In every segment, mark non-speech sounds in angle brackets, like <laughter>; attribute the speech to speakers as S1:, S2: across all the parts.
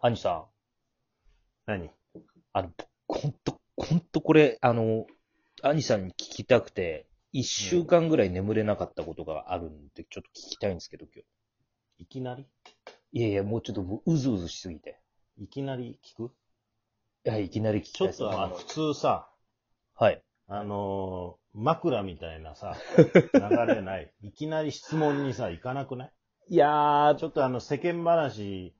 S1: アニさ
S2: 何
S1: ん、あの、ほんと、ほんとこれ、あの、アニさんに聞きたくて、一週間ぐらい眠れなかったことがあるんで、ちょっと聞きたいんですけど、今
S2: いきなり
S1: 日。いやいや、もうちょっともううずうずしすぎて。
S2: いきなり聞く
S1: いや、いきなり聞き
S2: ち
S1: たい
S2: ょ
S1: で
S2: っ
S1: すね
S2: とあの、普通さ、
S1: はい。
S2: あのー枕みたいな <laughs> さ、流れない。いきなり質問にさ、行かなくない
S1: いやー、
S2: ちょっとあの、世間話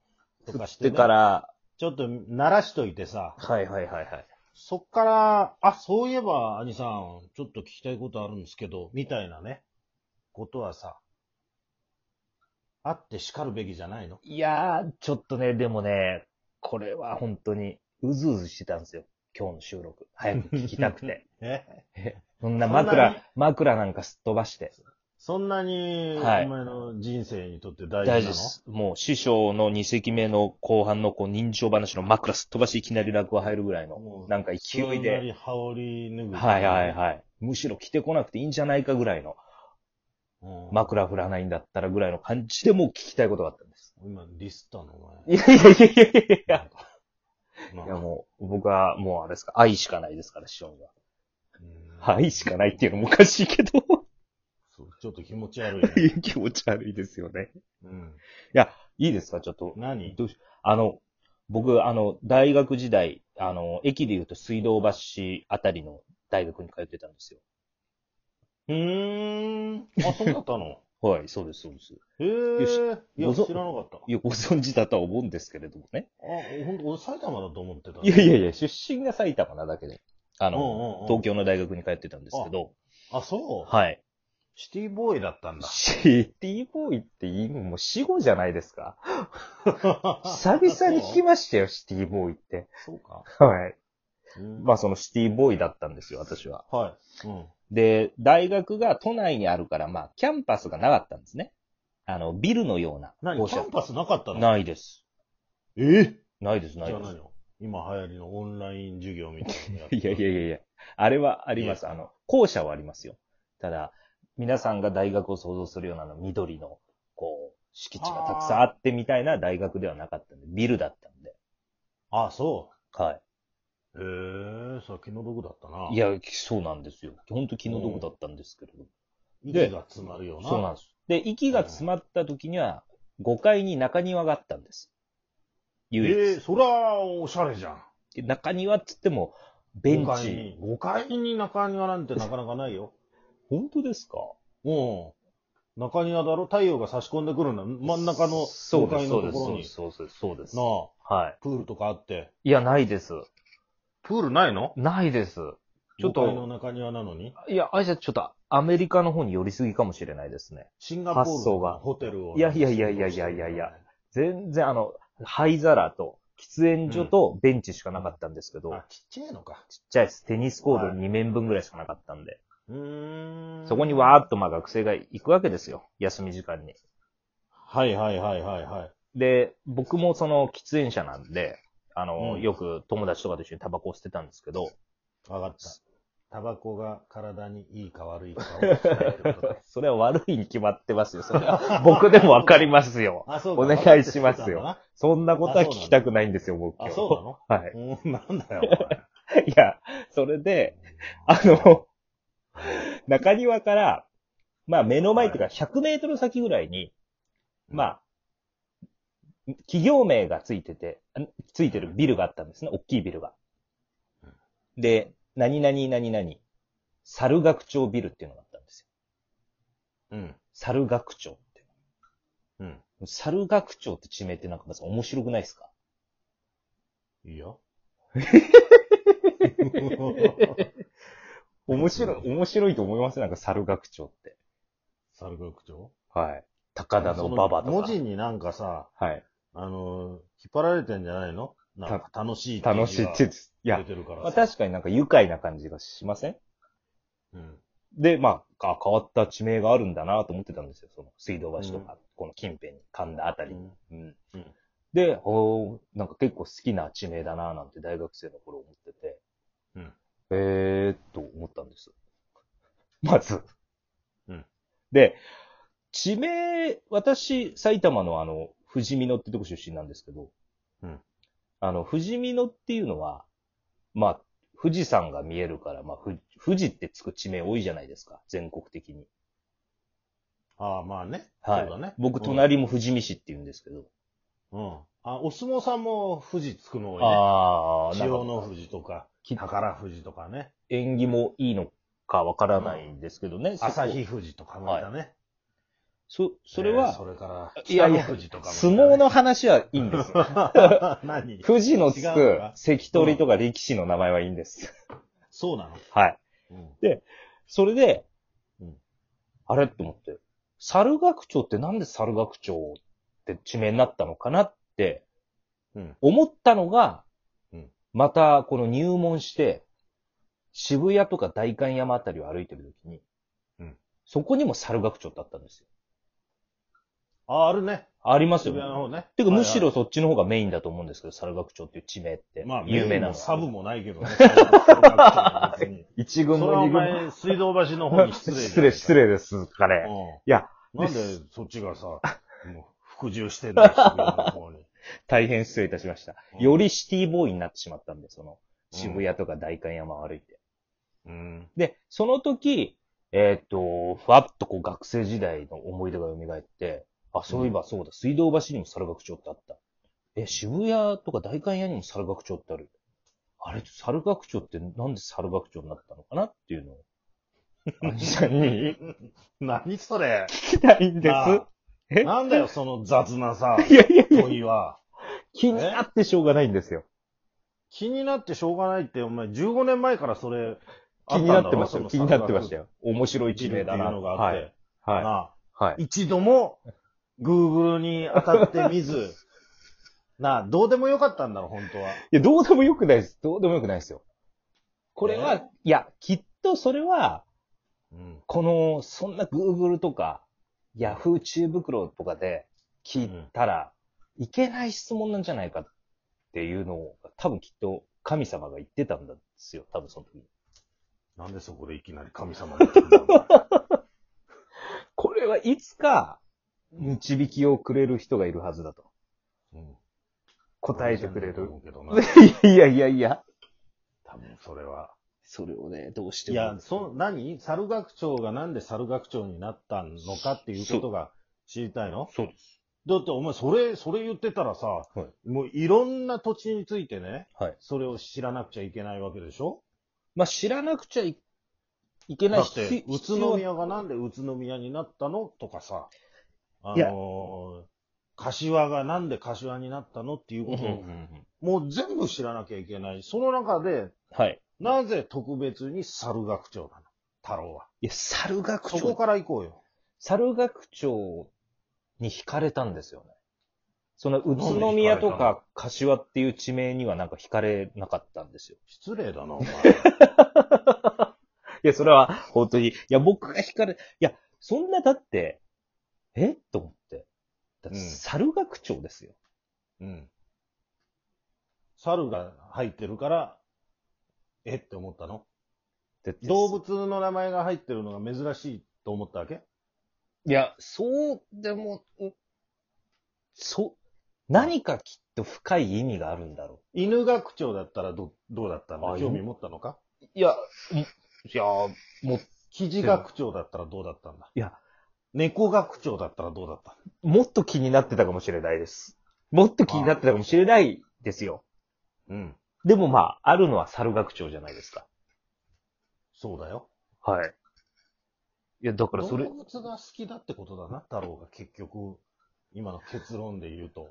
S2: とかし
S1: 振
S2: て、
S1: ってか。ら、
S2: ちょっと鳴らしといてさ、
S1: はいはいはいはい。
S2: そっから、あ、そういえば、兄さん、ちょっと聞きたいことあるんですけど、みたいなね、ことはさ、あって叱るべきじゃないの
S1: いやー、ちょっとね、でもね、これは本当に、うずうずしてたんですよ。今日の収録。早く聞きたく <laughs> て。
S2: え
S1: そんな
S2: そんな
S1: 枕、枕なんかすっ飛ばして。
S2: そんなに、
S1: はい
S2: お前の人生にとって大事なの
S1: 大事です。もう、師匠の2席目の後半のこう、人情話の枕すっ飛ばしていきなり落語入るぐらい
S2: も
S1: の
S2: う、
S1: なんか勢い
S2: すんな
S1: で。
S2: り羽織脱ぐ。
S1: はいはいはい。むしろ来てこなくていいんじゃないかぐらいの、
S2: うん
S1: 枕振らないんだったらぐらいの感じでもう聞きたいことがあったんです。
S2: 今、ディスったのお
S1: <laughs>
S2: 前。
S1: いやいやいやいやいやいや。
S2: まあ
S1: いやもう、僕はもうあれですか、愛しかないですから、師匠には。
S2: うん
S1: 愛しかないっていうのもおかしいけど。
S2: そうちょっと気持ち悪いね。
S1: 気持ち悪いですよね。
S2: うん。
S1: いいですか、ちょっと。
S2: 何
S1: どうしあの、僕、あの、大学時代、あの、駅で言うと水道橋あたりの大学に通ってたんですよ。
S2: うーん。あ、そうだっ
S1: <laughs>
S2: たの
S1: はい、そうです、そうです。
S2: へえ。いや、
S1: ごぞ
S2: 知らなかった。あ、
S1: いや、ご存知だとは思うんですけれどもね。
S2: ほんと、俺埼玉だと思ってた。
S1: いやいやいや、出身が埼玉なだけで。あ
S2: うん
S1: の、
S2: うんうん
S1: 東。京の大学に通ってたんですけど、
S2: あ、そう
S1: はい。
S2: シティボーイだったんだ。
S1: シティボーイって今もう死後じゃないですか。久々に聞き
S2: ま
S1: ましたよ、シティボーイって。
S2: そうか。
S1: はい。
S2: うん
S1: まあそのシティボーイだったんですよ、私は。
S2: はい。うん。
S1: で、大学が都内にあるから、まあ、キャンパスがなかったんですね。あの、ビルのような
S2: 何
S1: 校
S2: キ
S1: 舎。
S2: ャンパスなかったの
S1: ないです。
S2: え
S1: ないです、ない
S2: じゃあ
S1: で
S2: 何
S1: す。
S2: よ今流行りのオンライン授業みたいな
S1: <laughs>
S2: の
S1: いやいやいやいや、あれはあります。あの、校舎はありますよ。ただ、皆さんが大学を想像するようなあの緑の、こう、敷地がたくさんあってみたいな大学ではなかったんで、ビルだったんで。
S2: あ、そ
S1: は
S2: う。へえそれ気の毒だったな。
S1: い。い、や、そうなんですよ。本当気の毒だったんですけれども。
S2: 息が詰まるよな。
S1: そうなんです。で、息が詰まった時には、5階に中庭があったんです。唯一。
S2: ええそりゃ、おしゃれじゃん。
S1: で中庭っつっても、ベン
S2: 5階
S1: チ。
S2: に。5階に中庭なんてなかなかないよ。
S1: 本当ですか
S2: うん。中庭だろ太陽が差し込んでくるんだ。真ん中の
S1: そう
S2: 5
S1: で
S2: 階
S1: す、
S2: の
S1: そう
S2: と
S1: で
S2: ころに。
S1: す、そうです、そうです。
S2: なあ、
S1: は
S2: プールとかあって。
S1: い。いや、ないです。
S2: プールないの
S1: ないです。ちょっ
S2: 5階の
S1: と、
S2: 中庭なのに。
S1: いや、あいさちょっとアメリカの方に寄りすぎかもしれないですね。
S2: シンガポール
S1: 発想が
S2: のホテルを。
S1: いやいやいやいやいやいやいや全然、あの、灰皿と、喫煙所とベンチしかなかったんですけど、
S2: あ、ちっちゃいのか。
S1: ちっちゃいです。テニスコード2面分ぐらいしかなかったんで、
S2: うーん。
S1: そこにわーっとまあ学生が行くわけですよ。休み時間に。
S2: はいはいはいはいはい。
S1: で、僕もその喫煙者なんで、あの、
S2: うん
S1: よく友達とかと一緒にタバコを捨てたんですけど、 <laughs>
S2: わかった。タバコが体にいいか悪いかを知らないって <laughs> ことだ
S1: それは悪いに決まってますよ。それは僕でもわかりますよ。
S2: あ、そうか
S1: お願いしますよ。
S2: わか
S1: そんなことは聞きたくないんですよ、僕。
S2: ってたんだなあ、そ
S1: は
S2: うなのうん、なんだよ、お前
S1: い。いや、それで、あの、中庭から、まあ目の前っていうか100メートル先ぐらいに、まあ、企業名がついてて、んついてるビルがあったんですね。大きいビルが。で、何々何々、猿学長ビルっていうのがあったんですよ。
S2: うん。
S1: 猿学長って。
S2: うん。
S1: 猿学長って地名ってなんかまず面白くないですか
S2: いい <laughs> よ。
S1: 面白い、面白いと思いますなんか猿学長って。
S2: 猿学長
S1: はい。高田の馬場とか。
S2: 文字になんかさ、
S1: はい。
S2: あの、引っ張られてんじゃないのなんか楽しいって
S1: 楽しいって。い
S2: や。
S1: や
S2: 出、てるから
S1: まあ、
S2: さ。
S1: 確かになんか愉快な感じがしません
S2: うん。
S1: で、まあ、あ変わった地名があるんだなと思ってたんですよ。その水道橋とか、この近辺に、神田あたりに。うん
S2: うん
S1: で、おーなんか結構好きな地名だななんて大学生の頃思ってて、
S2: うん
S1: えーっと思ったんです。 <laughs> まず。
S2: うん
S1: で、地名、私、埼玉のあの、富士見野ってとこ出身なんですけど、
S2: うん
S1: あの、富士見野っていうのは、まあ、富士山が見えるから、まあ、ふ富士ってつく地名多いじゃないですか、全国的に。
S2: ああ、まあね。
S1: はい
S2: そうだね。
S1: 僕、隣も富士見市って言うんですけど。
S2: うん。うん。あ、お相撲さんも富士つくの多いね。
S1: ああ、
S2: 千代
S1: なん
S2: の
S1: か
S2: 富士とか、
S1: き
S2: 宝富士とかね。
S1: 縁起もいいのかわからないんですけどね。そこ
S2: 旭富士とかもいたね。
S1: そ、それ
S2: えー
S1: は、
S2: それから、
S1: いやいや
S2: 北の富士とかもいた
S1: 相
S2: ね
S1: 撲の話はいいん
S2: <laughs>
S1: です。
S2: 何
S1: 富士のつ
S2: 違う
S1: く
S2: のか
S1: 関取とか力士の名前はいいんです。
S2: そうなの、
S1: はい。
S2: うん、
S1: それで、
S2: うん
S1: あれって思って、猿学長ってなんで猿学長って地名になったのかなって
S2: うん
S1: 思ったのが、
S2: うん
S1: またこの入門して、渋谷とか代官山あたりを歩いてる時に、
S2: うん
S1: そこにも猿学長ってあったんですよ。
S2: あ、あるね。
S1: ありますよ
S2: 渋
S1: ね。
S2: 谷の方ね。
S1: てか、むしろ
S2: はい
S1: そっちの方がメインだと思うんですけど、猿楽町っていう地名って。
S2: はい、まあ、
S1: 有名なの。
S2: サブもないけどね。別
S1: <laughs>
S2: に
S1: 一
S2: そ
S1: 軍
S2: れは
S1: も
S2: お
S1: 二軍
S2: 前、水道橋の方
S1: も。
S2: に失礼。
S1: 失礼、失。礼ですか
S2: う
S1: ね。
S2: ん。
S1: いや、
S2: なんでそっちがさ、もう、服従してんだよ、渋谷の方に。
S1: 大変失礼いたしました。
S2: うん
S1: <laughs> よりシティボーイになってしまったんで、その、渋
S2: うん
S1: 谷とか代官山を歩いて。
S2: うん。
S1: で、その時、えーっと、ふわっとこう学生時代の思い出が蘇って、あ、そういえばそうだ、水道橋にも猿楽町ってあった。え、渋谷とか代官山にも猿楽町ってある。あれ、猿楽町ってなんで猿楽町になったのかなっていうのを、兄さんに
S2: 何それ。
S1: 聞きたいん <laughs> です。
S2: な
S1: え
S2: あなんだよ、その雑な
S1: <laughs>
S2: さ、
S1: いやいやいや、
S2: 問いは。
S1: 気になってしょうがないんですよ。
S2: 気になってしょうがないって、お前、15年前からそれ、
S1: 気になってましたよ。気になってました
S2: よ。
S1: よ。面白い
S2: 一
S1: 地
S2: 例
S1: 名
S2: って
S1: だ
S2: いう
S1: な。
S2: のがあって。
S1: はい。はい。
S2: なあ
S1: はい。
S2: 一度も Google に当たって
S1: <laughs>
S2: みず、なあ、どうでもよかったんだろ、本当は。
S1: いや、どうでもよくないです。どうでもよくないですよ。これは、
S2: え
S1: いや、きっとそれは、
S2: うん。
S1: この、そんな Google とか、Yahoo 知恵袋とかで聞いたら、いけない質問なんじゃないかっていうのを、多分きっと神様が言ってたんですよ。多分その時に。
S2: なんでそこでいきなり神様が来るんだろう
S1: これはいつか、導きをくれる人がいるはずだと。 <laughs>
S2: な、うん
S1: 答えてくれる。
S2: 俺じゃないと思うけどな
S1: <laughs> いやいやいや。
S2: 多分それは。
S1: それをね、どうして
S2: い
S1: も。
S2: や、そ、何猿学長がなんで猿学長になったのかっていうことが知りたいの
S1: そうです。
S2: だってお前、それ、それ言ってたらさ、
S1: は
S2: もういろんな土地についてね、
S1: はい
S2: それを知らなくちゃいけないわけでしょ
S1: まあ、知らなくちゃいいけな
S2: だ
S1: い
S2: って、宇
S1: 必
S2: 都
S1: 要
S2: 宮がなんで宇都宮になったのとかさ、あ
S1: いや
S2: のー柏がなんで柏になったのっていうこと
S1: うんうん
S2: を
S1: う、ん
S2: もう全部知らなきゃいけない。その中で、
S1: はい。
S2: なぜ特別に猿学長なの太郎は。
S1: いや、猿学
S2: そこ
S1: 長、
S2: から行こうよ。
S1: 猿学長に惹かれたんですよね。その、宇
S2: なんで惹かれ
S1: 都
S2: たの
S1: 宮とか柏っていう地名にはなんか惹かれなかったんですよ。
S2: 失礼だな、お前。
S1: <laughs> いや、それは、本当に。いや、僕が惹かれ、いや、そんな、だって、えと思って。だって
S2: うん
S1: 猿学長ですよ。
S2: うん。猿が入ってるから、えって思ったの
S1: だって
S2: 動物の名前が入ってるのが珍しいと思ったわけ
S1: いや、そう、でも、んそう、何かきっと深い意味があるんだろ
S2: 犬学長だったらど、どうだったの
S1: あ
S2: 興味持ったのか
S1: う。いや、いや、も、
S2: 記事学長だったらどうだったんだ
S1: いや、
S2: 猫学長だったらどうだったんだ
S1: もっと気になってたかもしれないです。もっと気になってたかもしれないですよ。
S2: うん。
S1: でもまあ、あるのは猿学長じゃないですか。
S2: そうだよ。
S1: はい。いや、だから
S2: 動
S1: それ、
S2: 物が好きだってことだな、太郎が結局、今の結論で言うと。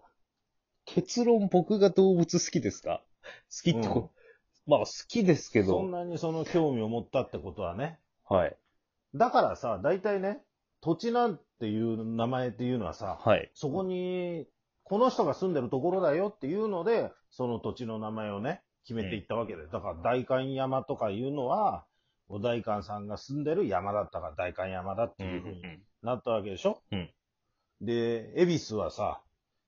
S1: 結論僕が動物好きですか好きってこ、まあ好きですけ
S2: そん
S1: ど、
S2: なにその興味を持ったってことはね。
S1: はい。
S2: だからさ、大体ね、土地なんていう名前っていうのはさ、
S1: はい。
S2: そこに、この人が住んでるところだよっていうので、その土地の名前をね、決めていったわけで。だから、代官山とかいうのは、お代官さんが住んでる山だったから、代官山だっていうふうになったわけでしょ、
S1: うん
S2: で、恵比寿はさ、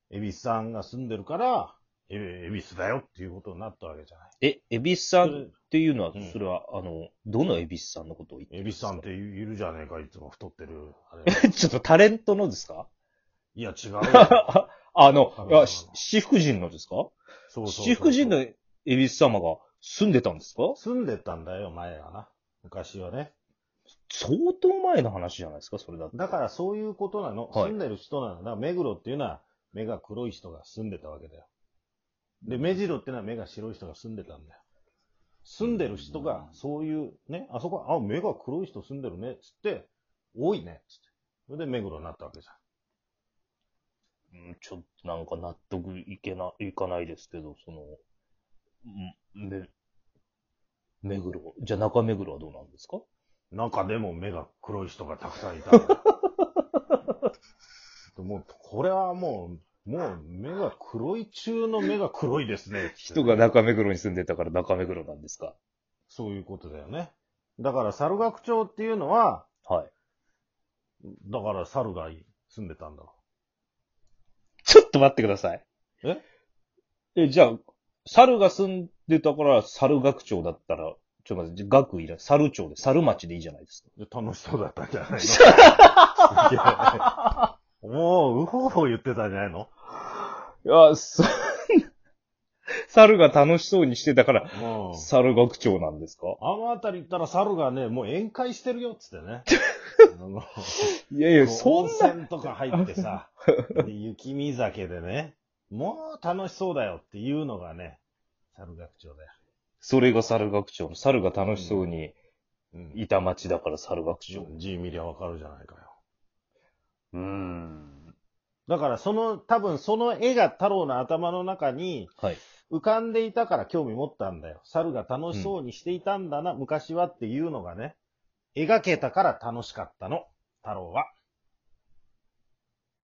S2: 恵比寿さんが住んでるから、え恵比寿だよっていうことになったわけじゃない。
S1: え、エビスさんっていうのは
S2: う、ん
S1: それは、あの、どのエビスさんのことを言って
S2: 恵比寿さんっているじゃねえか、いつも太ってる。あれ
S1: <laughs> ちょっとタレントのですか <laughs>
S2: いや、違うよ。
S1: あの
S2: 神様、の
S1: あし私服人のですか
S2: そうそうそう
S1: 七福神の恵比寿様が住んでたんですか
S2: 住んでたんだよ、前がな。昔はね。
S1: 相当前の話じゃないですか、それだって。
S2: だからそういうことなの。
S1: はい
S2: 住んでる人なの。だから目黒っていうのは目が黒い人が住んでたわけだよ。で、目白っていうのは目が白い人が住んでたんだよ。住んでる人がそういう、ね、あそこ、あ、目が黒い人住んでるね、つって、多いね、つって。それで目黒になったわけじゃん。
S1: うんちょっとなんか納得いけな、いかないですけど、その、うんめ、目黒。じゃあ中目黒はどうなんですか
S2: 中でも目が黒い人がたくさんい
S1: <laughs>
S2: たのよ。もう、これはもう、もう目が黒い中の目が黒いですね。つって
S1: 人が中目黒に住んでたから中目黒なんですか
S2: そういうことだよね。だから、猿楽町っていうのは、
S1: はい。
S2: だから猿が住んでたんだろ
S1: ちょっと待ってください。
S2: え
S1: え、じゃあ、猿が住んでたから猿学長だったら、ちょっと待って、じゃあ学いら、猿町で、猿町でいいじゃないですか。
S2: う。で楽しそうだったんじゃない
S1: <laughs>
S2: のすげえもう、うほうほう言ってたんじゃないの
S1: いや、そ <laughs> 猿が楽しそうにしてたから、
S2: もう、
S1: 猿学長なんですか
S2: あの辺り行ったら猿がね、もう宴会してるよっ
S1: <laughs>
S2: つってね。あの
S1: いやいや、そ
S2: 温
S1: んな、
S2: 泉とか入ってさ、で雪見酒でね、もう楽しそうだよっていうのがね、猿学長だよ。
S1: それが猿学長。猿が楽しそうに
S2: うん。
S1: いた町だから猿学長。
S2: G 見りゃわかるじゃないかよ。
S1: うーん。
S2: だからその、多分その絵が太郎の頭の中に
S1: はい。
S2: 浮かんでいたから興味持ったんだよ。猿が楽しそうにしていたんだな、昔はっていうのがね、描けたから楽しかったの、太郎は。